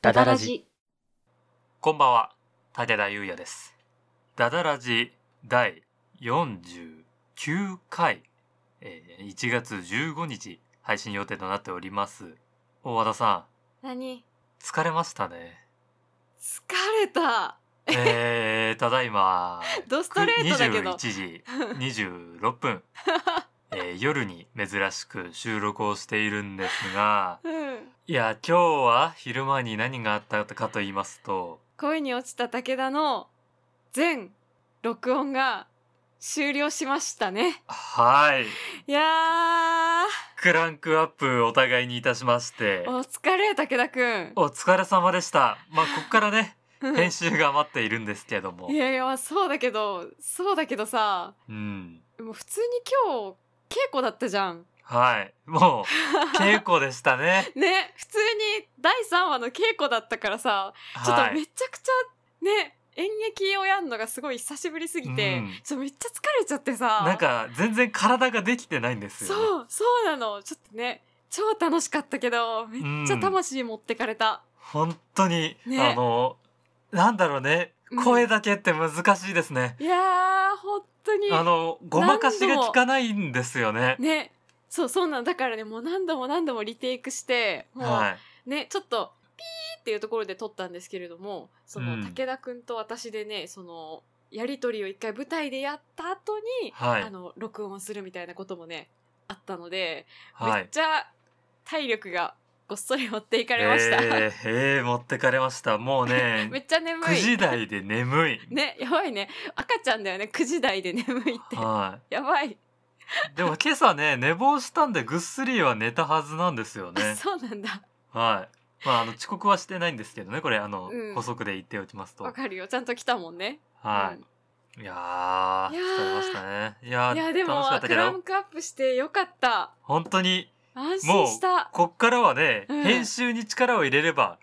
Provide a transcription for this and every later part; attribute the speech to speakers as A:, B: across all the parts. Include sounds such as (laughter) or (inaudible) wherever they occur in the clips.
A: ダダラジ。
B: こんばんは、武田優也です。ダダラジ第49回、えー1月15日配信予定となっております。大和田さ
A: 何
B: ん、疲れましたね。
A: 疲れた。
B: え
A: (laughs)
B: ー、ただいま、
A: ドストレートだけど。
B: 21時26分、えー夜に珍しく収録をしているんですが、
A: うん。
B: いや、今日は昼間に何があったかと言いますと、
A: 恋に落ちた武田の全録音が終了しましたね。
B: はい。
A: いや
B: クランクアップお互いにいたしまして
A: ー、お疲れ、武田くん。
B: お疲れ様でしたまあここからね
A: うん
B: 編集が待っているんですけども
A: いやいや、そうだけど、そうだけどさ、
B: うん
A: もう普通に今日、稽古だったじゃん。
B: はいもう稽古でしたね
A: ね、普通に第3話の稽古だったからさ、 (laughs) ちょっ
B: は
A: と
B: い
A: めちゃくちゃね、演劇をやるのがすごい久しぶりすぎて、
B: うん
A: ちょっとめっちゃ疲れちゃってさ。
B: なんか全然体ができてないんですよ、ね、
A: そう、そうなの。ちょっとね、超楽しかったけど、めっちゃ魂持ってかれた。
B: 本当に、
A: ね
B: あのなんだろうね
A: うん
B: 声だけって難しいですね、
A: いやー、本当に。
B: あのごまかしが効かないんですよね
A: ね。そう、そうなの。だからね、もう何度も何度もリテイクして、もう、
B: はい
A: ね、ちょっと、ピーっていうところで撮ったんですけれども、その、
B: うん
A: 武田くんと私でね、その、やりとりを一回舞台でやった後に、
B: は
A: あ
B: い
A: の、録音するみたいなこともね、あったので、
B: は
A: めっ
B: い
A: ちゃ体力がごっそり持っていかれました。
B: えーえー持ってかれましたもう
A: (laughs) め (laughs)
B: ね
A: っちゃ眠
B: 9時
A: い。
B: 台で眠い
A: ね、やばいね。赤ちゃんだよね、9時台で眠いっ
B: (laughs)
A: て。
B: は
A: やばい。
B: い。でも今朝ね、寝坊したんでぐっすりは寝たはずなんですよ
A: あ
B: ね。
A: そうなんだ。
B: はい。まあ、あの遅刻はしてないんですけどね、これあの、
A: うん
B: 補足で言っておきますと。
A: わかるよ。ちゃんと来たもんね。
B: はい。いやー、
A: いやー
B: 疲れましたね。いやー、
A: いや、でも
B: 楽しかっ、た
A: ク
B: け
A: ラ
B: ど
A: ン、クアップしてよかった。
B: 本当に、
A: 安心した。
B: こっからはね、
A: うん
B: 編集に力を入れれば、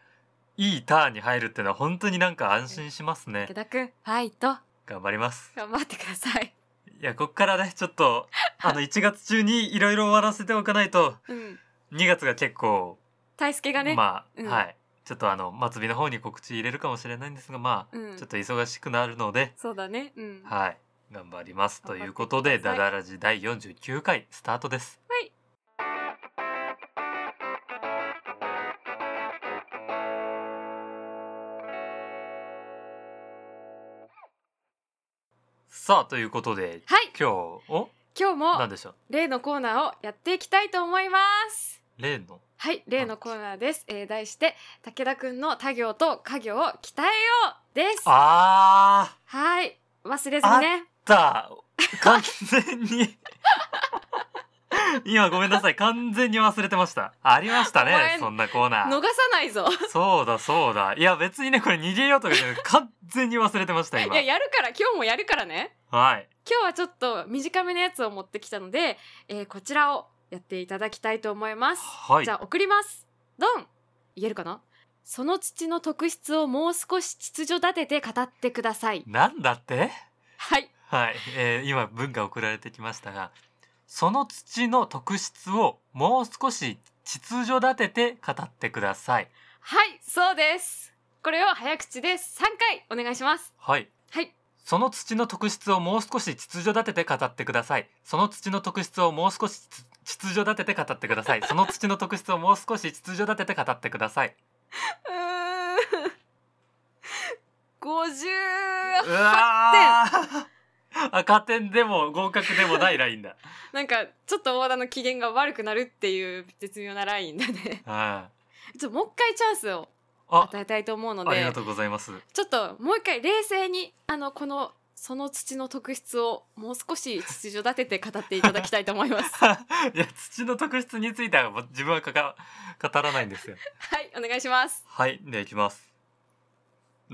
B: いいターンに入るってのは本当になんか安心しますね
A: 武。田くん、ファイト。
B: 頑張ります。
A: 頑張ってください。
B: いや、こっからね、ちょっと、あの、1月中にいろいろ終わらせておかないと、
A: うん。
B: 2月が結構、
A: 大輔がね。
B: まあ、
A: うん
B: はいちょっとあの末尾の方に告知入れるかもしれないんですがまあ、
A: うん
B: ちょっと忙しくなるので
A: そうだね。うん。は
B: はい頑張りますと
A: 頑張って
B: いうことで「
A: くだ
B: ダ
A: さい
B: ダラジ第49回」スタートです
A: い。
B: さあということで
A: はい。
B: 今日お
A: 今日も
B: 何でしょう
A: 例のコーナーをやっていきたいと思います。
B: 例の
A: はい、例のコーナーです。えー、題して、武田くんの他行と家業を鍛えようです。
B: あーあ
A: はい、忘れずにね。
B: った完全に (laughs) 今ごめんなさい完全に忘れてましたありました
A: お前
B: ねそんなコーナー
A: 逃さないぞ。
B: そうだそうだいや別にねこれ逃げようとかじゃなくて完全に忘れてました
A: い
B: 今
A: や、やるから、今日もやるからね。
B: はい
A: 今日はちょっと短めのやつを持ってきたので、えー、こちらをやっていただきたいと思います。
B: はい
A: じゃあ、送ります。ドン言えるかなその父の特質をもう少し秩序立てて語ってください。
B: なんだって
A: はい。
B: はい、えー今文が送られてきましたがその土の特質をもう少し秩序立てて語ってください
A: はい、そうです。これを早口で3回お願いします。
B: はい
A: はい。
B: その土の特質をもう少し秩序立てて語ってくださいその土の特質をもう少し秩秩序立てて語ってくださいその土の特質をもう少し秩序立てて語ってくださいう
A: ーん。50 (laughs)
B: うわー赤点でも合格でもないラインだ。
A: なんかちょっと大田の機嫌が悪くなるっていう絶妙なラインだね (laughs)
B: はい
A: ちょっともう一回チャンスを
B: あ、
A: 与えたいと思うの
B: あり
A: で
B: がとうございます。 (laughs)
A: ちょっともう一回冷静にあのこのその土の特質をもう少し秩序立てて語っていただきたいと思います
B: (laughs) いや、土の特質についてはもう自分はかか語らないんですよ。
A: はいお願い
B: (laughs)
A: します
B: はい、でいきます。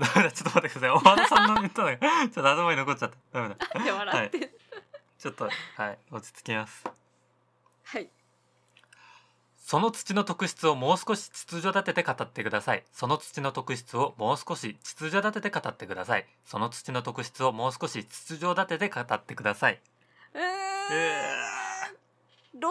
B: (laughs) ダメだ、ちょっと待ってください。おばあさんの言ったのが、ちょっと頭に残っちゃった。ダメだ。
A: で笑ってはい、
B: ちょっと、はい、落ち着きます。その土の特質をもう少し秩序立てて語ってください。その土の特質をもう少し秩序立てて語ってください。その土の特質をもう少し秩序立てて語ってください。
A: うーん69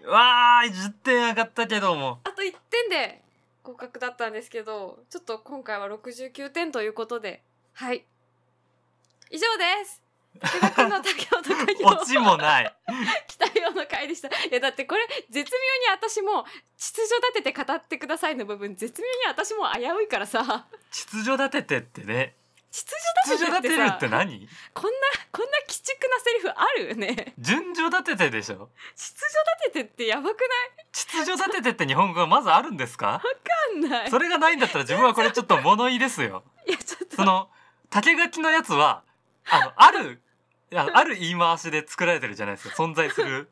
A: 点
B: うわー、10点上がったけども。
A: あと1点で合格だったんですけど、ちょっと今回は69点ということで、はい。以上です手書きの竹雄と書
B: (laughs)
A: きの
B: (laughs) オチもない。
A: 期待用の回でした。いや、だってこれ、絶妙に私も、秩序立てて語ってくださいの部分、絶妙に私も危ういからさ、
B: 秩序立ててってね。
A: 秩
B: 秩
A: 序
B: 序立
A: 立て
B: て
A: てって
B: る
A: さ、
B: って何
A: こんな、こんな鬼畜なセリフあるね。
B: 順序立ててでしょ
A: 秩序立ててってやばく
B: 秩序立ててって日本語がまずあるんですか
A: ないわかんない。
B: それがないんだったら自分はこれちょっと物言いですよ。
A: いや、ちょっと。
B: その竹垣のやつはあのあるいやある言い回しで作られてるじゃないですか存在す
A: (laughs)
B: る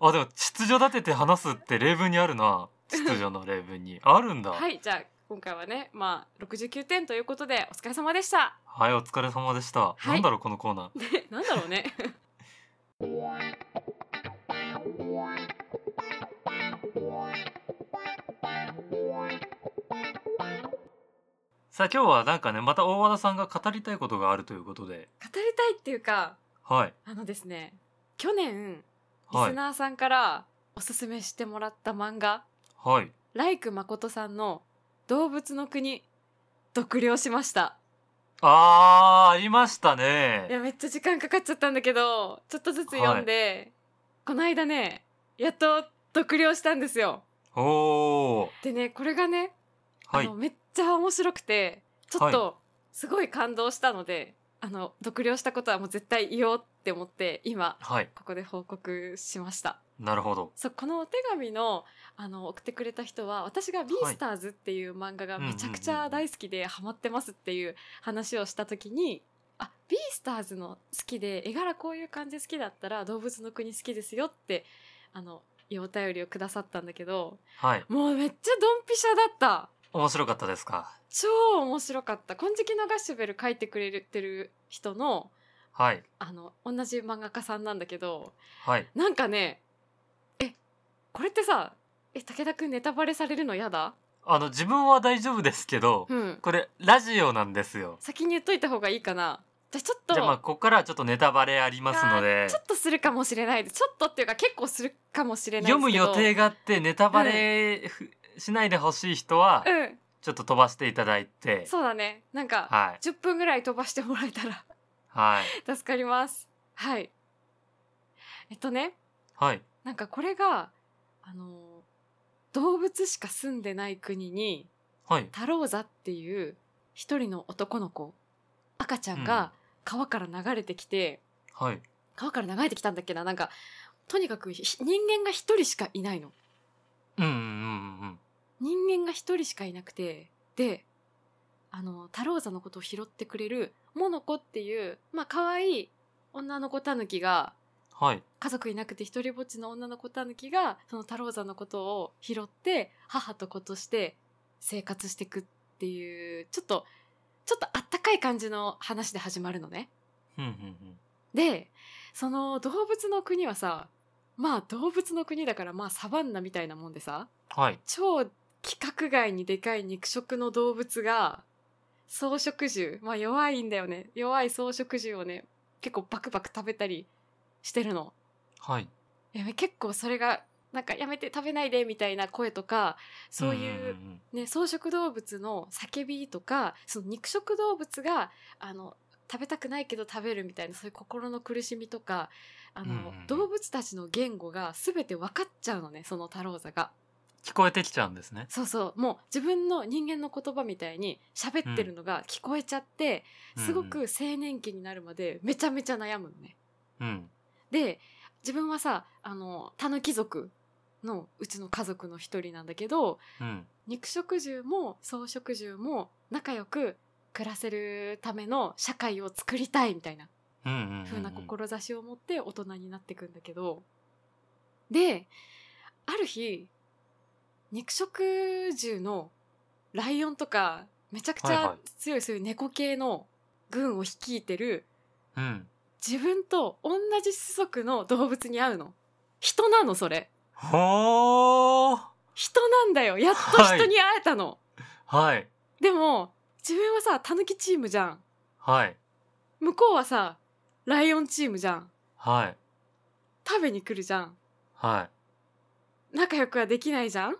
B: あでも秩序立てて話すって例文にあるな秩序の例文にあるんだは、
A: はいい、じゃあ今回はね、まあ69点ということでお疲れ様でした。
B: お疲れ様でした、
A: はい
B: なんだろうこのコーナー
A: ね (laughs) なんだろうね。
B: さあ今日はなんかねまた大和田さんが語りたいことがあるということで
A: 語りたいっていうか、
B: はい
A: あのですね、去年リ
B: は
A: ス
B: い
A: ナーさんからおすすめしてもらった漫画、
B: はい
A: ライク誠さんの動物の国読了しました。
B: あーありました
A: い
B: ね
A: やめっちゃ時間かかっちゃったんだけど、ちょっとずつ読んで、この間ね、やっと読了したんですよ。
B: おお
A: でね、これがね、
B: ーは
A: あの
B: い
A: めっちゃ面白くてちょっとすごい感動したので、あの読了したことはもう絶対言おうって思って今
B: はい
A: ここで報告しました
B: なるほど
A: そうこのお手紙のあの送ってくれた人は私が「ビースターズ」っていう漫画がめちゃくちゃ大好きでハマってますっていう話をした時に「あビースターズの好きで絵柄こういう感じ好きだったら動物の国好きですよ」ってあのいうお便りをくださったんだけど
B: はい
A: もうめっちゃドンピシャだった
B: 面白かったですか
A: 超面白かった金色のガッシュベル書いてくれてる人の
B: はい
A: あの同じ漫画家さんなんだけど
B: はい
A: なんかねえこれってさえ武田くんネタバレされるのやだ
B: あの自分は大丈夫ですけど、
A: うん
B: これラジオなんですよ
A: 先に言っといた方がいいかなじゃあちょっと
B: じゃあまあここからはちょっとネタバレありますので
A: ちょっとするかもしれないですちょっとっていうか結構するかもしれない
B: 読
A: です
B: む
A: けど
B: 予定があってネタバレふしないでほしい人はちょっと飛ばしていただい
A: うん
B: て、
A: そうだねなんか、
B: はい
A: 10分ぐらい飛ばしてもらえたら (laughs)
B: はい
A: 助かりますはいえっとね
B: はい
A: なんかこれがあの動物しか住んでない国に
B: はい
A: タローザっていう一人の男の子赤ちゃんが川から流れてきて、
B: はい
A: 川から流れてきたんだっけななんかとにかくひ人間が一人しかいないの
B: うんうんうんうん
A: 人間が一人しかいなくてであのタローザのことを拾ってくれるモノコっていうまあ可愛い女の子タヌキが
B: はい
A: 家族いなくて一人ぼっちの女の子たぬきがその太郎山のことを拾って母と子として生活していくっていうちょっとちょっとあったかい感じの話で始まるのね。
B: うんうんうん
A: でその動物の国はさまあ動物の国だからまあサバンナみたいなもんでさ
B: はい
A: 超規格外にでかい肉食の動物が草食獣まあ弱いんだよね弱い草食獣をね結構バクバク食べたりしてるの。
B: はい
A: いや結構それがなんかやめて食べないでみたいな声とかそういう、
B: んんん
A: ね草食動物の叫びとかその肉食動物があの食べたくないけど食べるみたいなそういう心の苦しみとかあの、
B: うんうんうん
A: 動物たちの言語が全て分かっちゃうのねその太郎座が。
B: 聞こえてきちゃうんですね
A: そうそうもう自分の人間の言葉みたいに喋ってるのが聞こえちゃって、すごく青年期になるまでめちゃめちゃ悩むのね。
B: うん
A: で自分はさあのタヌキ族のうちの家族の一人なんだけど
B: うん
A: 肉食獣も草食獣も仲良く暮らせるための社会を作りたいみたいな
B: うんうんうんうん
A: 風な志を持って大人になっていくんだけど、である日肉食獣のライオンとかめちゃくち
B: はいは
A: ゃ
B: い
A: 強いそういう猫系の軍を率いてる
B: うん
A: 自分と同じ種族の動物に会うの人なのそれ
B: ほー
A: 人なんだよやっと人に会えたの、
B: はい
A: でも自分はさタヌキチームじゃん
B: はい
A: 向こうはさライオンチームじゃん
B: はい
A: 食べに来るじゃん
B: はい
A: 仲良くはできないじゃん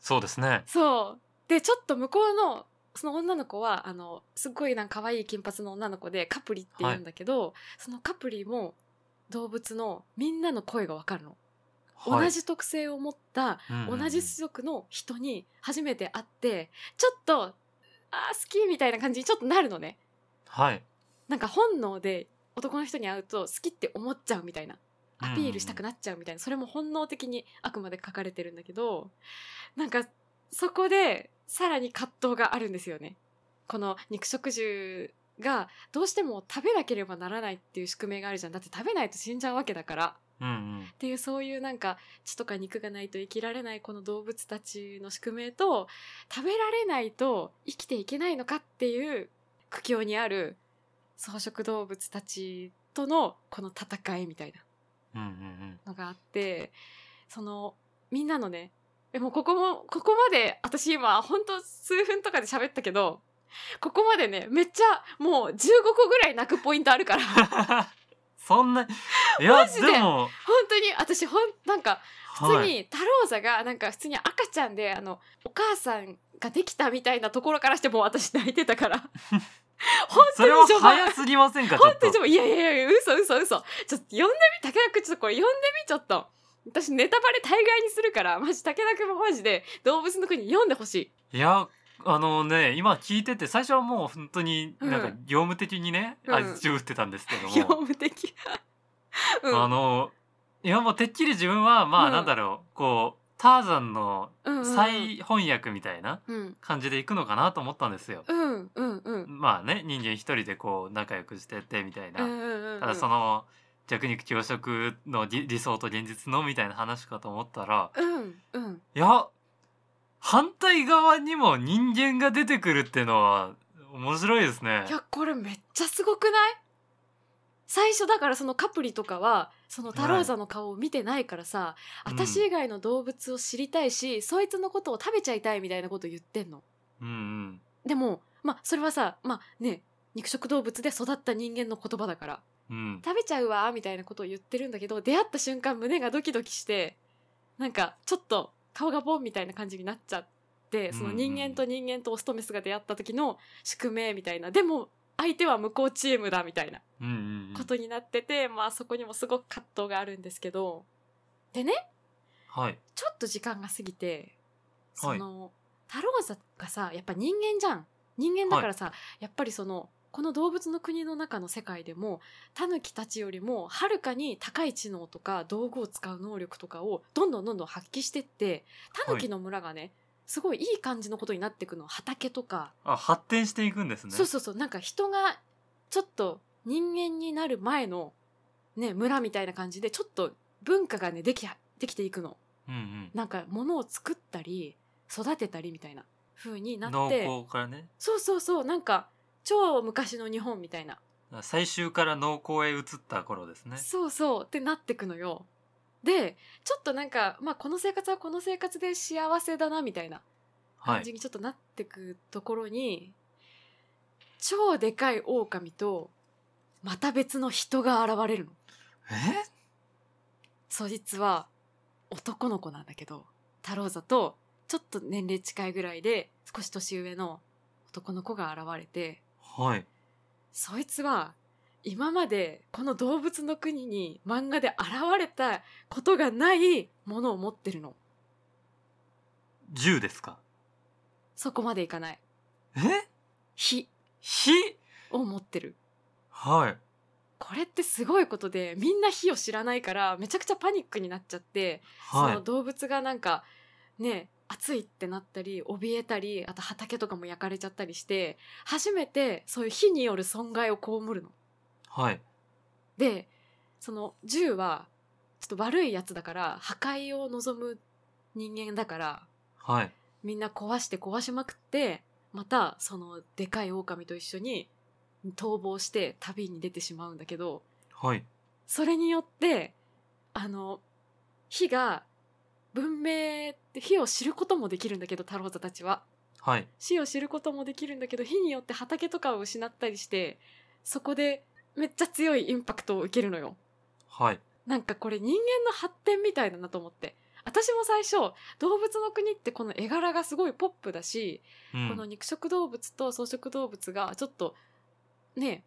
B: そうですね
A: そうでちょっと向こうのその女の子はあのすっごいなんか可愛い金髪の女の子でカプリって言うんだけど、そのカプリも動物のみんなの声がわかるの、
B: はい
A: 同じ特性を持った
B: うんうん
A: 同じ種族の人に初めて会ってちょっとあー好きみたいな感じにちょっとなるのね
B: はい
A: なんか本能で男の人に会うと好きって思っちゃうみたいなアピールしたく
B: な
A: なっちゃうみたいなそれも本能的にあくまで書かれてるんだけどなんかそこでさらに葛藤があるんですよね。この肉食獣がどうしても食べなければならないっていう宿命があるじゃんだって食べないと死んじゃうわけだから
B: うんうん
A: っていうそういうなんか血とか肉がないと生きられないこの動物たちの宿命と食べられないと生きていけないのかっていう苦境にある草食動物たちとのこの戦いみたいな。
B: うんうん (laughs)
A: のがあってそのみんなのねえもうここもここまで私今ほんと数分とかで喋ったけどここまでねめっちゃもう15個ぐらい泣くポイントあるから本
B: うんそんない
A: (laughs)
B: や
A: マジで
B: でも
A: 当に私ほんなんか普通
B: はい
A: に太郎座がなんか普通に赤ちゃんであのお母さんができたみたいなところからしてもう私泣いてたから本当
B: そ
A: に
B: れは
A: 序盤
B: 早すぎませんかちょ
A: 本
B: っ
A: 当に
B: と
A: ちょっといやいやいや嘘嘘嘘ちょっと呼んでみ武田君ちょっとこれ呼んでみちょっと私ネタバレ大概にするからマジ武田君もマジで動物の国読んでほしい
B: いやあのね今聞いてて最初はもう本当になんか
A: うん
B: 業務的にね、
A: うん
B: あ一応打ってたんですけど
A: 業
B: も、
A: 務的 (laughs) うん
B: あのいやもうてっきり自分はま
A: う
B: あ
A: ん
B: なんだろう、こうターザンの
A: うんうん
B: 再翻訳みたいな
A: うん
B: 感じでいくのかなと思ったんですよ。
A: うんうんうん
B: まあね人間一人でこう仲良くしてってみたいな、
A: うんうん
B: (laughs)
A: うん
B: ただその弱肉強食の理理想と現実のみたいな話かと思ったら
A: うんうん
B: いや反対側にも人間が出てくるってのは面白いですね
A: い。やこれめっちゃすごくない最初だからそのカプリとかはその太郎座の顔を見てないからさ、
B: うん
A: 私以外の動物を知りたいし、そいつのことを食べちゃいたいみたいなこと言ってんの
B: うんうん
A: でもまあそれはさまあね肉食動物で育った人間の言葉だから
B: うん、
A: 食べちゃうわみたいなことを言ってるんだけど出会った瞬間胸がドキドキしてなんかちょっと顔がボンみたいな感じになっちゃってその人間と人間とオスとメスが出会った時の宿命みたいなでも相手は向こうチームだみたいな
B: うんうんうん
A: ことになってて、まあそこにもすごく葛藤があるんですけどでね
B: はい
A: ちょっと時間が過ぎてそ
B: はい
A: の、太郎座がさやっぱ人間じゃん人間だからさ、やっぱりそのこの動物の国の中の世界でもタヌキたちよりもはるかに高い知能とか道具を使う能力とかをどんどんどんどん発揮してってタヌキの村がね、すごいいい感じのことになっていくの畑とか、
B: あ発展していくんですね。
A: そうそうそうなんか人がちょっと人間になる前の、ね、村みたいな感じでちょっと文化がねできできていくの。
B: うん
A: なんか物を作ったり育てたりみたいな風に
B: う、
A: なんっ
B: 農
A: て
B: 耕からね
A: そうそうそうなんか超昔の日本みたいな、
B: 最終から農耕へ移った頃ですね。
A: そうそうってなってくのよでちょっとなんか、まあ、この生活はこの生活で幸せだなみたいな
B: は
A: 感
B: い
A: じにちょっとなってくところに、超でかい狼とまた別の人が現れるの
B: え
A: そいつは男の子なんだけど太郎座とちょっと年齢近いぐらいで少し年上の男の子が現れて
B: はい。
A: そいつは今までこの動物の国に漫画で現れたことがないものを持ってるの
B: 銃ですか。
A: そこまでいかない
B: え
A: 火
B: 火
A: を持ってる
B: はい。
A: これってすごいことでみんな火を知らないからめちゃくちゃパニックになっちゃってそ
B: は
A: の
B: い。
A: 動物がなんかね暑いってなったり怯えたりあと畑とかも焼かれちゃったりして初めてそういう火による損害を被るの。
B: はい。
A: でその銃はちょっと悪いやつだから破壊を望む人間だから
B: はい。
A: みんな壊して壊しまくってまたそのでかい狼と一緒に逃亡して旅に出てしまうんだけど
B: はい。
A: それによってあの火が文明って火を知ることもできるんだけど太郎座たちは
B: はい。
A: 死を知ることもできるんだけど火によって畑とかを失ったりしてそこでめっちゃ強いインパクトを受けるのよ
B: はい。
A: なんかこれ人間の発展みたいだなと思って私も最初動物の国ってこの絵柄がすごいポップだし、
B: うん
A: この肉食動物と草食動物がちょっとね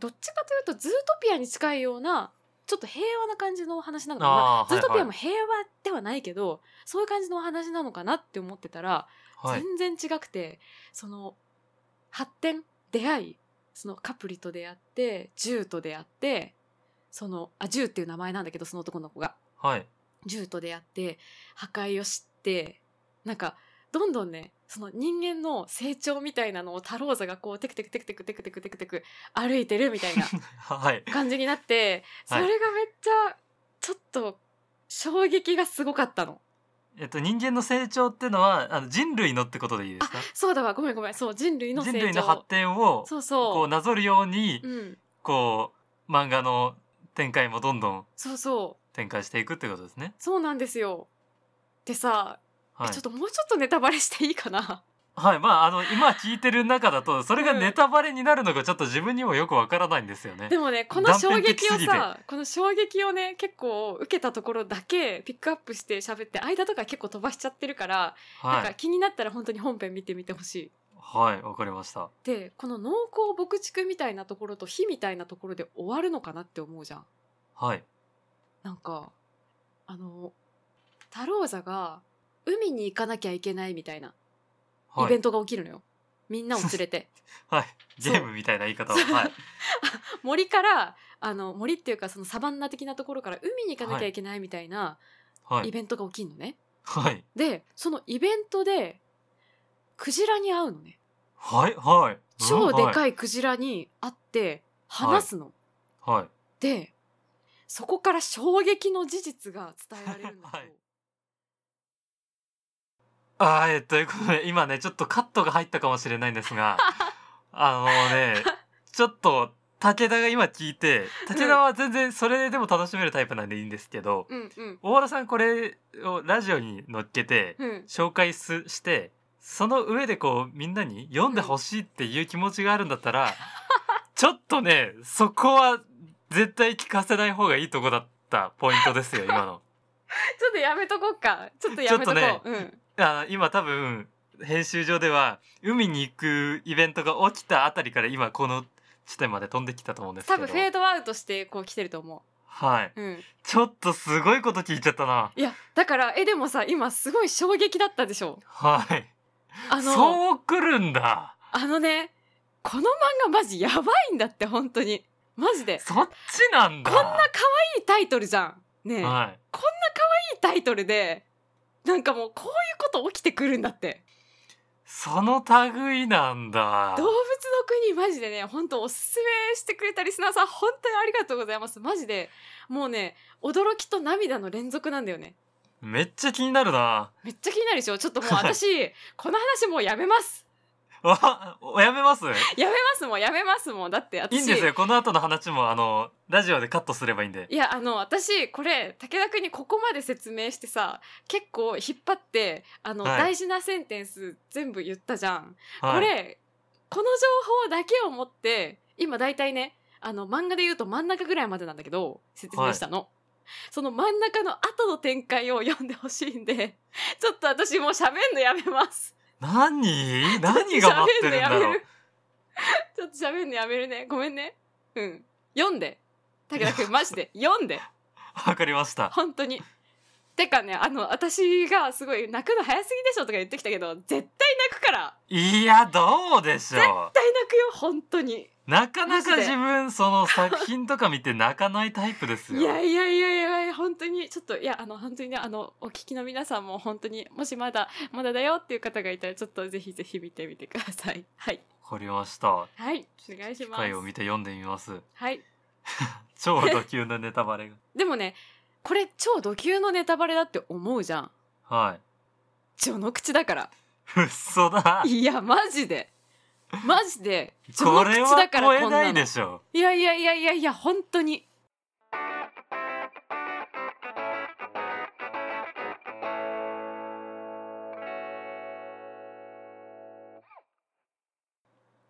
A: どっちかというとズートピアに近いようなちょっと平和な感じのお話なのかな、
B: あー
A: ズートピア
B: はい
A: も
B: はい
A: 平和ではないけど、そういう感じのお話なのかなって思ってたら、
B: はい、
A: 全然違くてその発展出会いそのカプリと出会ってジューと出会ってそのあジューっていう名前なんだけどその男の子が
B: はい、
A: ジューと出会って破壊を知ってなんかどんどんねその人間の成長みたいなのをタローザがこうテクテクテクテクテクテクテクテク歩いてるみた
B: (laughs)
A: いな
B: はい、
A: 感じになってそ
B: は
A: れ
B: い
A: がめっちゃちょっと衝撃がすごかったの。
B: えっと人間の成長ってのはあの人類のってことでいいですか？
A: そうだわごめんごめんそう人類の成長
B: 人類の発展を
A: そうそう
B: こうなぞるように
A: うん、
B: こう漫画の展開もどんどん
A: そうそう
B: 展開していくってことですね。
A: そうなんですよでさ、え
B: はい
A: ちょっ。ともうちょっとネタバレしていいかな
B: はい、まああの今聞いてる中だとそれが
A: うん
B: ネタバレになるのがちょっと自分にもよくわからないんですよね。
A: でもねこの衝撃
B: 断片的
A: を
B: すぎて
A: さこの衝撃をね結構受けたところだけピックアップして喋って間とか結構飛ばしちゃってるから、
B: は
A: なんか
B: い、
A: 気になったら本当に本編見てみてほしい
B: はい、わかりました。
A: でこの農耕牧畜みたいなところと火みたいなところで終わるのかなって思うじゃん
B: はい、
A: なんかあの太郎座が海に行かなきゃいけないみたいなイ
B: は
A: ベン
B: い、
A: トが起きるのよ、みんなを連れ
B: (laughs)
A: て
B: はい、ゲームみたいな言い方は、はい、
A: 森からあの森っていうかそのサバンナ的なところから海に行かなきゃいけないみたいな
B: は
A: イ
B: い、
A: ベントが起きんのね、
B: はい、
A: でそのイベントでクジラに会うのね
B: はい、はい、
A: 超で
B: い、
A: かいクジラに会って話すの、
B: はい、
A: でそこから衝撃の事実が伝えられるんだけど、
B: (laughs) はいあーえーということで今ねちょっとカットが入ったかもしれないんですがあのねちょっと武田が今聞いて武田は全然それでも楽しめるタイプなんでいいんですけど、
A: うんうん
B: 大原さんこれをラジオに乗っけて
A: うん
B: 紹介すしてその上でこうみんなに読んでほしいっていう気持ちがあるんだったら、ちょっとねそこは絶対聞かせない方がいいとこだったポイントですよ今の。
A: ちょっとやめとこうかちょっとやめとこう
B: ちょっと
A: うん
B: あ今多分編集上では海に行くイベントが起きたあたりから今この地点まで飛んできたと思うんですけ
A: 多
B: ど
A: 分フェードアウトしてこう来てると思
B: はい、
A: う、うん、
B: ちょっとすごいこと聞いちゃったない
A: やだからえでもさ今すごい衝撃だったでしょ
B: はい
A: あの
B: そう来るんだ
A: あのね、この漫画マジやばいんだって、本当に。マジで。
B: そっちなんだ
A: こんな可愛いタイトルじゃん。ねえ、い
B: はい
A: いタイトルで、なんかもうこういうこと起きてくるんだって。
B: その類なんだ
A: 動物の国マジでね、本当おすすめしてくれたリスナーさん、本当にありがとうございます。マジで、もうね、驚きと涙の連続なんだよね。
B: めっちゃ気になるな
A: めっちゃ気になるでしょちょっ
B: (laughs)
A: ともう私、この話もうやめます。
B: わやめます
A: やめますもうやめますもう。だって私、
B: いいんですよこの後の話もあのラジオでカットすればいいんで
A: いやあの私これ武田君にここまで説明してさ結構引っ張ってあの、
B: はい
A: 大事なセンテンス全部言ったじゃん、
B: はい
A: これこの情報だけを持って今大体ねあの漫画で言うと真ん中ぐらいまでなんだけど説明したの、その真ん中の後の展開を読んでほしいんでちょっと私もう喋んのやめます
B: 何何が待ってるんだろう
A: ちょっと喋んのやめるねごめんねうん読んで武田君マジで読んで
B: わかりました
A: 本当に。てかねあの私がすごい泣くの早すぎでしょとか言ってきたけど絶対泣くから
B: いやどうでしょ
A: 絶対泣くよ本当に
B: うなかなか
A: マジ
B: 自
A: で
B: 分その作品とか見て泣かないタイプですよ
A: いやいやいやいやいや本当にちょっといやあの本当にねあのお聞きの皆さんも本当にもしまだまだだよっていう方がいたらちょっとぜひぜひ見てみてくだ
B: (laughs)
A: さいはい
B: わかりました
A: はいお願いします
B: 回を見て読んでみます
A: はい
B: 超ド級なネタバレが
A: でもねこれ超ド級のネタバレだって思うじゃん (laughs)
B: はい
A: 序の口だから
B: 嘘だ
A: いやマジでマジで序の
B: これ
A: 口
B: は
A: だから
B: 超え
A: こん
B: な
A: ないの
B: でしょ
A: いやいやいやいやいや本当に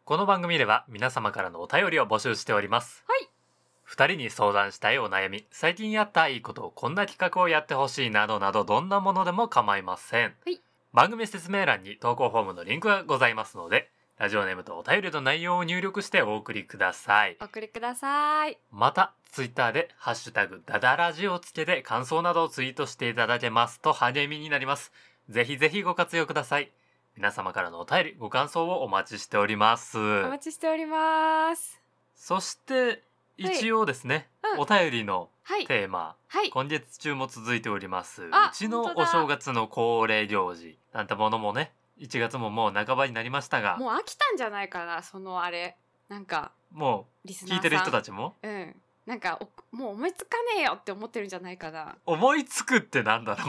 B: この番組では皆様からのお便りを募集しております
A: はい
B: 普2人に相談したいお悩み最近やったいいことこんな企画をやってほしいなどなどどんなものでも構いません、
A: はい
B: 番組説明欄に投稿フォームのリンクがございますのでラジオネームとお便りの内容を入力してお送りください
A: お送りください。
B: またツイッターで「ハッシュタグダダラジ」をつけて感想などをツイートしていただけますと励みになりますぜひぜひご活用ください皆様からのお便りご感想をお待ちしております
A: お待ちしております。
B: そして
A: はい
B: 一応ですね、
A: うん
B: お便りの
A: はい。
B: テーマ
A: はい。
B: 今月中も続いておりますう
A: あ
B: ちの
A: 本当
B: お
A: だ
B: 正月の恒例行事なんてものもね1月ももう半ばになりましたが
A: もう飽きたんじゃないかな、そのあれ。なんか、
B: も
A: リス
B: う
A: ナーさん。
B: 聞いてる人た
A: ち。
B: ちも
A: うん。なんかおもう思いつかねえよって思ってるんじゃないかな。
B: 思いつくってなんだろ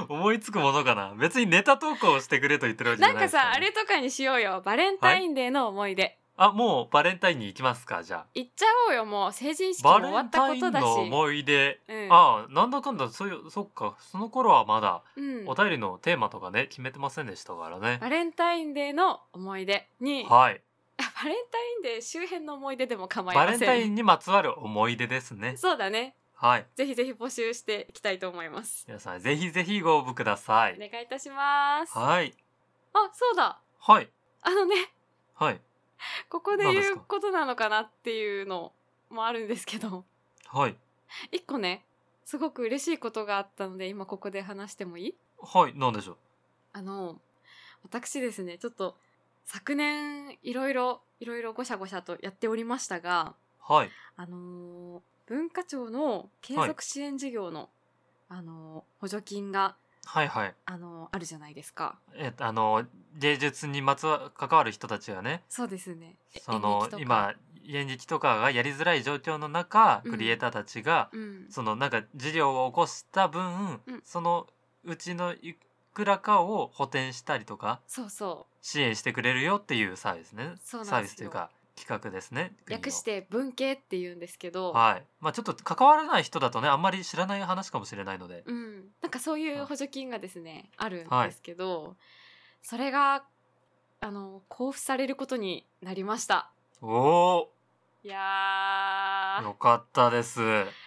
A: (laughs)
B: う思いつくものかな別にネタ投稿をしてくれと言ってるわけじ
A: な
B: ゃ
A: ん
B: ないで
A: か
B: すから
A: さ、あ
B: ね
A: れとかにしようよ。バレンタインデーの思い出。
B: あもうバレンタインに行きますかじゃあ
A: 行っちゃおうよ、もう。成人式も
B: バ
A: 終わ
B: レ
A: っ
B: ン
A: た
B: タ
A: こ
B: イ
A: と
B: ン
A: だし。
B: の思い出、
A: うん。
B: ああなんだかんだそういうそっかその頃はまだ
A: うん
B: お便りのテーマとかね決めてませんでしたからね
A: バレンタインデーの思い出に、あ
B: はい
A: バレンタインデー周辺の思い出でも構い
B: バ
A: ま
B: レ
A: せん。
B: ンタインにまつわる思い出ですね
A: そうだね。
B: はい
A: ぜひぜひ募集していきたいと思います。
B: 皆さんぜひぜひご応募くださ
A: お
B: い
A: 願いいたします。あ、
B: はい
A: そうだ。
B: はい
A: あのね、
B: はい
A: ここで
B: 何です
A: 言
B: か
A: うことなのかなっていうのもあるんですけど、
B: はい
A: 一個ね、すごく嬉しいことがあったので、今ここで話してもいい
B: はいなんでしょう
A: あの、私ですね、ちょっと昨年いろいろ、いろいろごしゃごしゃとやっておりましたが、
B: はい
A: あのー文化庁の継続支援事業の、あのー補助金が、
B: はいはい
A: あのーあるじゃないですか。
B: えっとあの芸術にまつわ関わる人たちがね
A: そうですね。え
B: その、
A: 演劇とか
B: 今演劇とかがやりづらい状況の中
A: うん
B: クリエイターたちが、
A: うん、
B: そのなんか事業を起こした分、
A: うん
B: そのうちのいくらかを補填したりとか
A: そうそ
B: 支援してくれるよっていうサービスね
A: そうなんですよ
B: サービスというか企画ですね
A: う。
B: 国の
A: 略して文系って言うんですけど、
B: はいまあちょっと関わらない人だとねあんまり知らない話かもしれないので、
A: うん、なんかそういう補助金がですね、あるん
B: はい
A: ですけど、それが、あのー交付されることになりました。
B: お
A: いや
B: お
A: ー
B: よかったです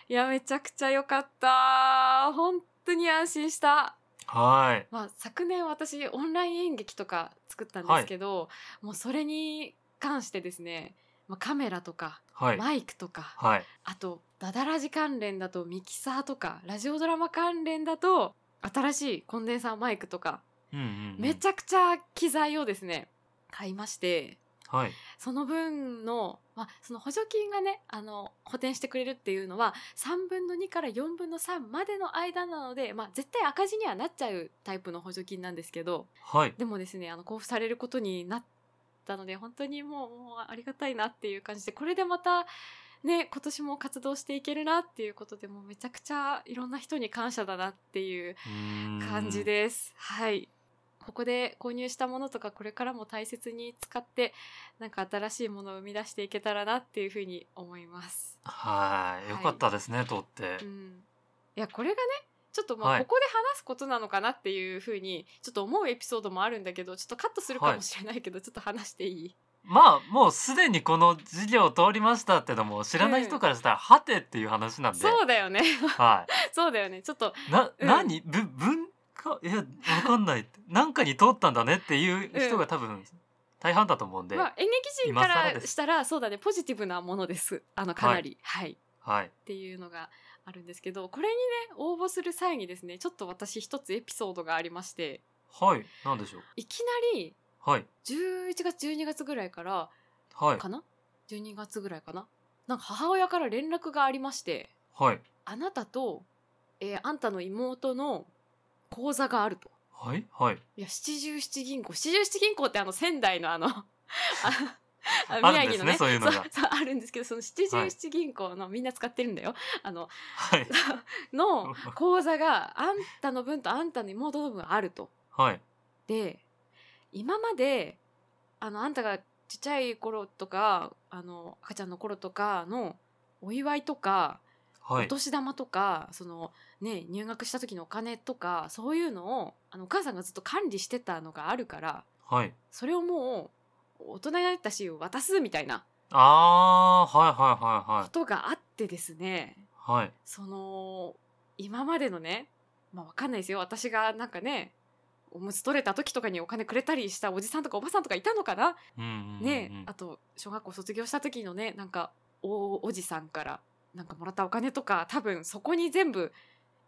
A: いや、めちゃくちゃ良かった。本当に安心した。
B: はい
A: まあ、昨年私オンライン演劇とか作ったんですけど、もうそれに関してですね、まあ、カメラとか
B: はい
A: マイクとか、
B: はい
A: あとダダラジ関連だとミキサーとかラジオドラマ関連だと新しいコンデンサーマイクとか、
B: うんうんうん
A: めちゃくちゃ機材をですね買いまして
B: はい
A: その分の、まあ、その補助金がねあの補填してくれるっていうのは3分の2から4分の3までの間なので、まあ、絶対赤字にはなっちゃうタイプの補助金なんですけど
B: はい
A: でもですね、あの、交付されることになったので、本当にもう、もうありがたいなっていう感じで、これでまた、ね、今年も活動していけるなっていうことで、もうめちゃくちゃいろんな人に感謝だなっていう
B: うーん
A: 感じです。はい。ここで購入したものとか、これからも大切に使って、なんか新しいものを生み出していけたらなっていうふうに思います。
B: はい、よかったですね、とって
A: う。ん。いや、これがね、ちょっとま
B: はい
A: あ、ここで話すことなのかなっていうふうに、ちょっと思うエピソードもあるんだけど、ちょっとカットするかもしれないけど、ちょっと話していい
B: まあ、もうすでにこの事業を通りましたってのも、知らない人からしたら、はてっていう話なんで。
A: そうだよね。 (laughs)
B: は
A: そうだよね。ちょっと、
B: い。な、
A: うん
B: 何、ぶ、文化、いや、わかんない
A: (laughs)
B: って、なんかに通ったんだねっていう人が多分。大半だと思うんで。
A: まあ、演劇人か
B: 今更
A: ら
B: です
A: したら、そうだね、ポジティブなものです。あの、かなり。はい。っ
B: はい。
A: ていうのがあるんですけど、これにね、応募する際にですね、ちょっと私一つエピソードがありまして、
B: はい、なんでしょう。
A: いきなり、
B: はい。
A: 11月、12月ぐらいから、
B: はい
A: か。な ?12 月ぐらいかななんか母親から連絡がありまして、
B: はい。
A: あなたと、えーあんたの妹の口座があると。
B: はい。はい。
A: いや、七十七銀行。七十七銀行ってあの仙台の
B: (laughs)
A: あの、ああ
B: あるんですねそういうのが
A: そうそうあるんですけど、その七十七銀行の、みんな使ってるんだよ。
B: (laughs)
A: あの、 (laughs)
B: はい。
A: の口座があんたの分とあんたの妹の分あると。
B: はい。
A: で、今まで、あの、あんたがちっちゃい頃とか、あの、赤ちゃんの頃とかのお祝いとか、
B: は
A: お
B: い。
A: 年玉とかその、ね、入学した時のお金とかそういうのをあのお母さんがずっと管理してたのがあるから
B: はい。
A: それをもう大人になったし渡すみたいな
B: ああ、はいはいはい
A: こ
B: は
A: とがあってですね
B: い。はい。
A: その今までのねまあわかんないですよ私がなんかねおむつ取れた時とかにお金くれたりしたおじさんとかおばさんとかいたのかな
B: うんうんうんうん。
A: ね、あと小学校卒業した時のねなんかおおじさんからなんかもらったお金とか多分そこに全部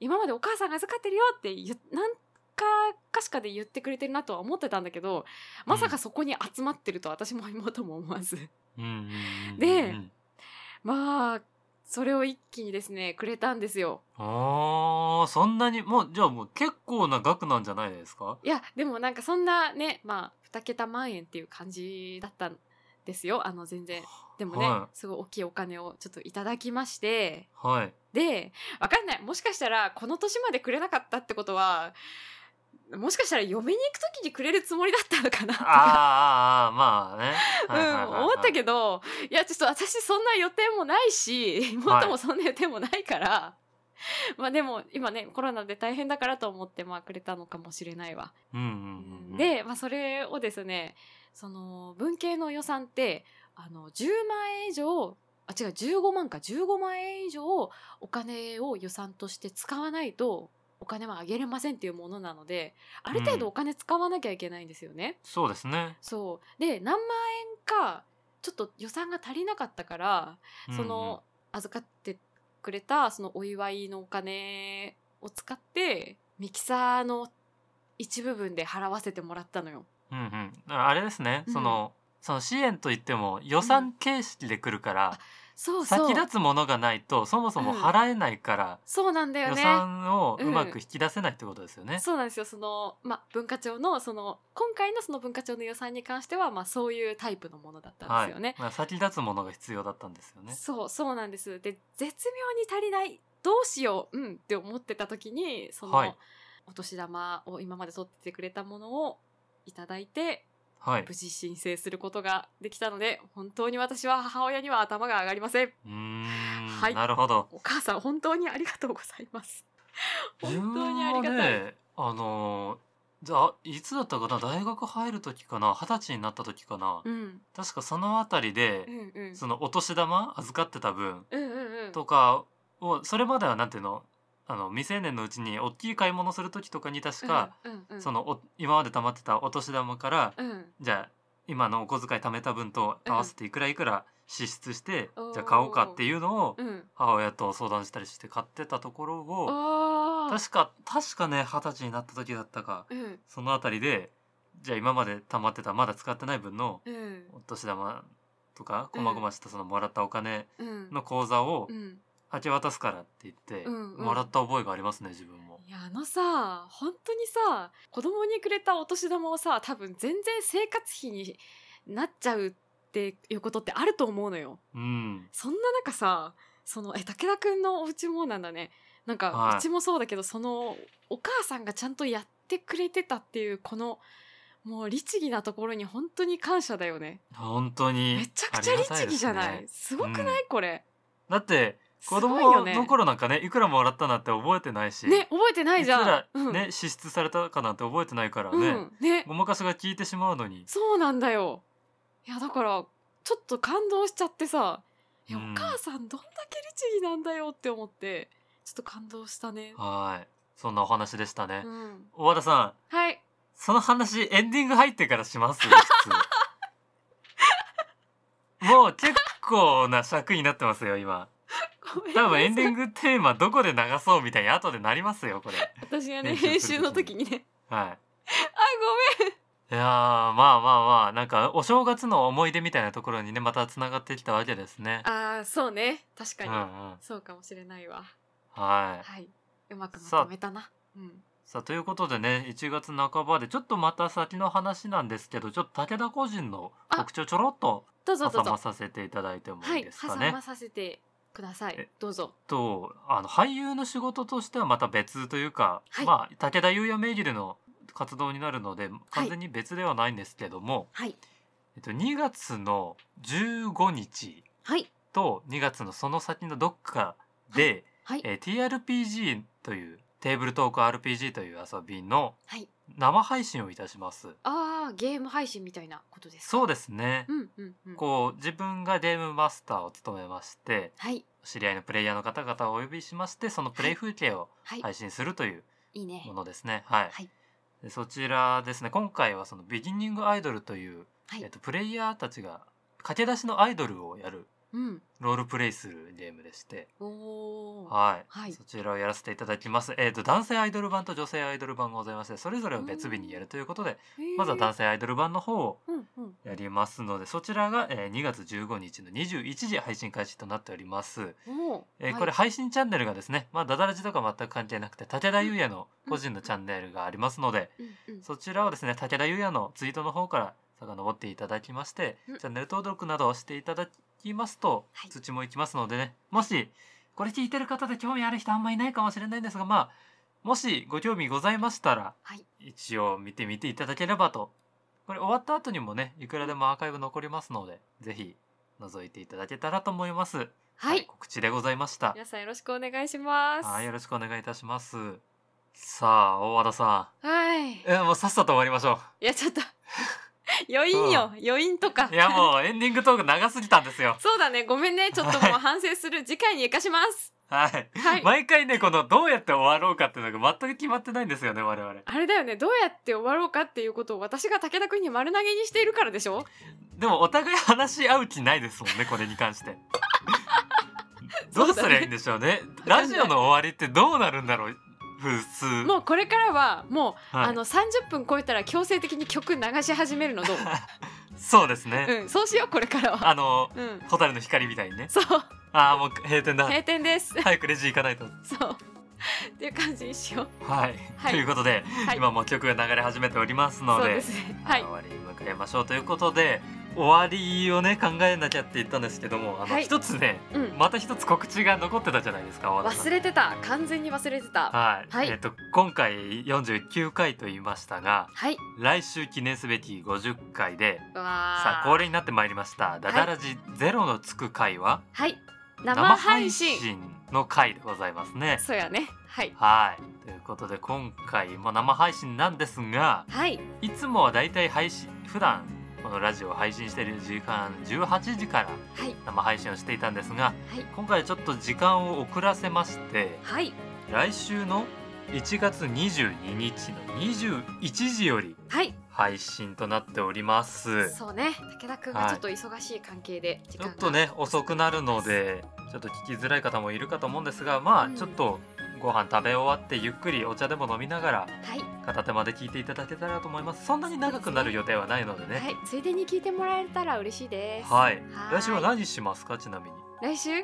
A: 今までお母さんが預かってるよって言うなんかかしかで言ってくれてるなとは思ってたんだけどまさかそこに集まってるとは私も妹も思わず
B: うんうんうんうんうん。
A: でまあそれを一気にですねくれたんですよ
B: ああ、そんなに、もう、じゃあもう結構な額なんじゃないですか
A: いやでもなんかそんなねまあ2桁万円っていう感じだったんですよあの全然でもね、
B: は
A: すごい大きいお金をちょっといただきまして (laughs)
B: はい。
A: でわかんないもしかしたらこの年までくれなかったってことはもしかしたら嫁に行く時にくれるつもりだったのかなと
B: あー
A: か。
B: あー、あーまあね。はいはいはい
A: うん、
B: はい
A: 思ったけどいやちょっと私そんな予定もないし
B: はい
A: 妹もそんな予定もないから、まあでも今ねコロナで大変だからと思ってまあくれたのかもしれないわ。
B: うんうんうんうん。、
A: で、まあ、それをですねその文系の予算ってあの10万円以上あ違う15万か15万円以上お金を予算として使わないとお金はあげれませんっていうものなのである程
B: う
A: 度
B: ん
A: お金使わなきゃいけないんですよね。
B: そうですね。
A: そうで何万円かちょっと予算が足りなかったからその預かってくれたそのお祝いのお金を使ってミキサーの一部分で払わせてもらったのよ。
B: うんうん、うんうん。あれですね、
A: うん
B: その、その支援といっても予算形式で来るから、
A: そうそう。
B: 先立つものがないとそもそも払えないから、
A: そうなんだよ
B: 予
A: ね。
B: 算をうまく引き出せないってことですよね。
A: そうなんですよ。そのまあ文化庁のその今回のその文化庁の予算に関してはまあそういうタイプのものだったんですよね。
B: まあ、先立つものが必要だったんですよね。
A: そうそうなんです。で絶妙に足りないどうしよううんって思ってた時にその、
B: はい
A: お年玉を今まで取ってくれたものをいただいて
B: はい。
A: 無事申請することができたので本当に私は母親には頭が上がりません。
B: うーん、
A: はい
B: なるほど。
A: お母さん本当にありがとうございます。本当にありがたい。
B: 自分はね、あのーじゃあいつだったかな大学入る時かな二十歳になった時かな、
A: うん
B: 確かそのあたりで
A: う、んうん。
B: そのお年玉預かってた分
A: うんうんうん。
B: (laughs) とかをそれまではなんていうのあの未成年のうちに大きい買い物する時とかに確か、
A: うんうん、
B: そのお今まで貯まってたお年玉から、
A: うん
B: じゃあ今のお小遣い貯めた分と合わせていくらいくら支出して、
A: おー
B: じゃあ買おうかっていうのを
A: うん、
B: 母親と相談したりして買ってたところを。
A: あー
B: 確か確かね二十歳になった時だったか
A: うん
B: そのあたりでじゃあ今まで貯まってたまだ使ってない分の
A: うん
B: お年玉とか
A: うん
B: 細々したそのもらったお金
A: うん
B: の口座を
A: うん
B: 明け渡すからって言って
A: うんうん
B: もらった覚えがありますね自分も。
A: いやあのさ本当にさ子供にくれたお年玉をさ多分全然生活費になっちゃうっていうことってあると思うのよ
B: うん、
A: そんな中さそのえ武田くんのお家もなんだねなんか、
B: はいう
A: ちもそうだけどそのお母さんがちゃんとやってくれてたっていうこのもう律儀なところに本当に感謝だよね
B: 本当に
A: めちゃくちゃ律儀じゃな
B: あ
A: いす,、
B: りがたですね
A: ごくない、これ
B: だって子
A: すごいよ
B: 供
A: ね
B: の頃なんかねいくらもらったなんて覚えてないし、
A: ね覚えてない
B: い
A: じ
B: く
A: ゃん
B: ら、
A: うん
B: ね支出されたかなんて覚えてないから
A: う
B: ね、
A: ん、ね
B: ごまかしが効いてしまうのに。
A: そうなんだよいやだからちょっと感動しちゃってさいや、
B: うん
A: お母さんどんだけ律儀なんだよって思ってちょっと感動したね、
B: はいそんなお話でしたね
A: う。ん、
B: 小和田さん
A: はい
B: その話エンディング入ってからしますよ普
A: (laughs)
B: 通もう結構な尺になってますよ今
A: ごめんなさい
B: 多分エンディングテーマどこで流そうみたいに後でなりますよこれ
A: 私がね編
B: 編集す
A: 集
B: る
A: の
B: 時
A: 時にね
B: は
A: あ
B: いいやーまあまあまあなんかお正月の思い出みたいなところにねまたつながってきたわけですね
A: ごめんあーそうね確か
B: うん
A: に、
B: うん
A: そうかもしれないわ
B: はい
A: はいうまくまとめたなうん
B: さあということでね1月半ばでちょっとまた先の話なんですけどちょっと武田個人の告知をちょろっと
A: どうぞど
B: 挟
A: うぞ
B: まさせていただいても
A: はい
B: い
A: い
B: です
A: 挟
B: かね、
A: まさせてください
B: え
A: どうぞ
B: とあの俳優の仕事としてはまた別というか、
A: はい
B: まあ武田優也名義での活動になるので完全に別ではないんですけども、
A: はい
B: えっと、2月の15日
A: はい
B: と2月のその先のどっかで、
A: はい
B: えー TRPG というテーブルトーク RPG という遊びの
A: はい
B: 生配信をいたします。
A: ああゲーム配信みたいなことですか
B: そうですね。
A: うんうんうん
B: こう自分がゲームマスターを務めまして
A: はい
B: 知り合いのプレイヤーの方々をお呼びしましてそのプレイ風景を
A: はい、
B: 配信するという
A: い、いね
B: ものですね。はい
A: はい
B: でそちらですね今回はそのビギニングアイドルという、
A: はい、
B: えっと、プレイヤーたちが駆け出しのアイドルをやる
A: うん
B: ロールプレイするゲームでして、
A: おおー
B: はい
A: はい
B: そちらをやらせていただきます、えっと男性アイドル版と女性アイドル版がございましてそれぞれを別日にやるということで
A: へー
B: まずは男性アイドル版の方を
A: うんうん
B: やりますのでそちらが、えー2月15日の21時配信開始となっております、
A: おー
B: えー
A: はい
B: これ配信チャンネルがですね、まあ、ダダラジとか全く関係なくて武田優也の個人のチャンネルがありますので
A: うんうん
B: そちらをですね武田優也のツイートの方から遡っていただきまして
A: うん
B: チャンネル登録などをしていただきますと
A: はい
B: 通知もいきますのでねもしこれ聞いてる方で興味ある人あんまいないかもしれないんですがまあもしご興味ございましたら
A: はい
B: 一応見てみていただければとこれ終わった後にもねいくらでもアーカイブ残りますのでぜひ覗いていただけたらと思います、
A: はい
B: 告知でございました
A: 皆さんよろしくお願いします
B: はいよろしくお願いいたしますさあ大和田さ
A: はいい
B: んえもうさっさと終わりましょ
A: やちょっと (laughs) 余韻よ余韻とか
B: ういやもうエンディングトーク長すぎたんですよ
A: そうだねごめんねちょっともう反省する次回に生かします
B: はい
A: はい
B: 毎回ねこのどうやって終わろうかっていうのが全く決まってないんですよね我々
A: あれだよねどうやって終わろうかっていうことを私が武田君に丸投げにしているからでしょ
B: でもお互い話し合う気ないですもんねこれに関して
A: (laughs)
B: どうすりゃいいんでしょうねラジオの終わりってどうなるんだろう普通
A: もうこれからはもう、
B: はい
A: あの30分超えたら強制的に曲流し始めるのどう、
B: そうですね、
A: うん、そうしようこれからは
B: あの
A: うん
B: 蛍の光みたいにね
A: そう
B: ああもう閉店だ
A: 閉店です
B: 早くレジ行かないと
A: そうっていう感じにしよう
B: はい、
A: はい
B: ということで、
A: はい
B: 今もう曲が流れ始めておりますの
A: そう
B: で
A: ですねはい
B: 終わりに向かいましょうということで終わりをね考えなきゃって言ったんですけどもあの
A: はい
B: 一つね、
A: うん
B: また一つ告知が残ってたじゃないですか大和田さん
A: 忘れてた完全に忘れてた
B: はい、
A: はい
B: えっ、と今回49回と言いましたが
A: はい
B: 来週記念すべき50回で
A: うわ
B: さあ恒例になってまいりました「ダダラジゼロのつく回は」
A: はい生配信
B: 生配信の回でございますね。
A: そうやねはい
B: はいということで今回も生配信なんですが
A: はい
B: いつもはだいたい配信普段このラジオを配信している時間18時から
A: はい
B: 生配信をしていたんですが
A: はい
B: 今回ちょっと時間を遅らせまして
A: はい
B: 来週の1月22日の21時より
A: はい
B: 配信となっておりますち
A: そうね武田君がちょっと忙しい関係で時間
B: ょ
A: が
B: っとね遅くなるのでちょっと聞きづらい方もいるかと思うんですがまあ、
A: うん
B: ちょっとご飯食べ終わってゆっくりお茶でも飲みながら
A: はい
B: 片手まで聞いていただけたらと思いますそんなに長くなる予定はないのでね
A: はい、ついでに聞いてもらえたら嬉しいです。
B: はい、
A: はーい
B: 来週は何しますかちなみに
A: 来週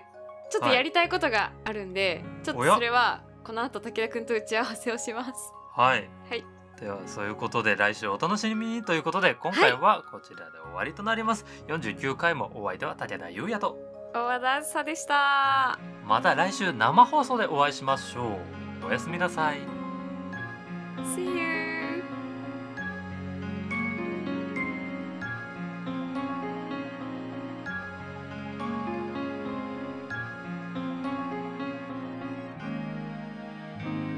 A: ちょっとやりたいことがあるんで、ちょっ
B: お
A: と
B: や
A: それはこの後武田くんと打ち合わせをします。
B: はい、
A: はい
B: ではそういうことで来週お楽しみにということで今回はこちらで終わりとなります、49回もお相手は武田優也と
A: 大和田さでした。
B: また来週生放送でお会いしましょうおやすみなさい
A: See you!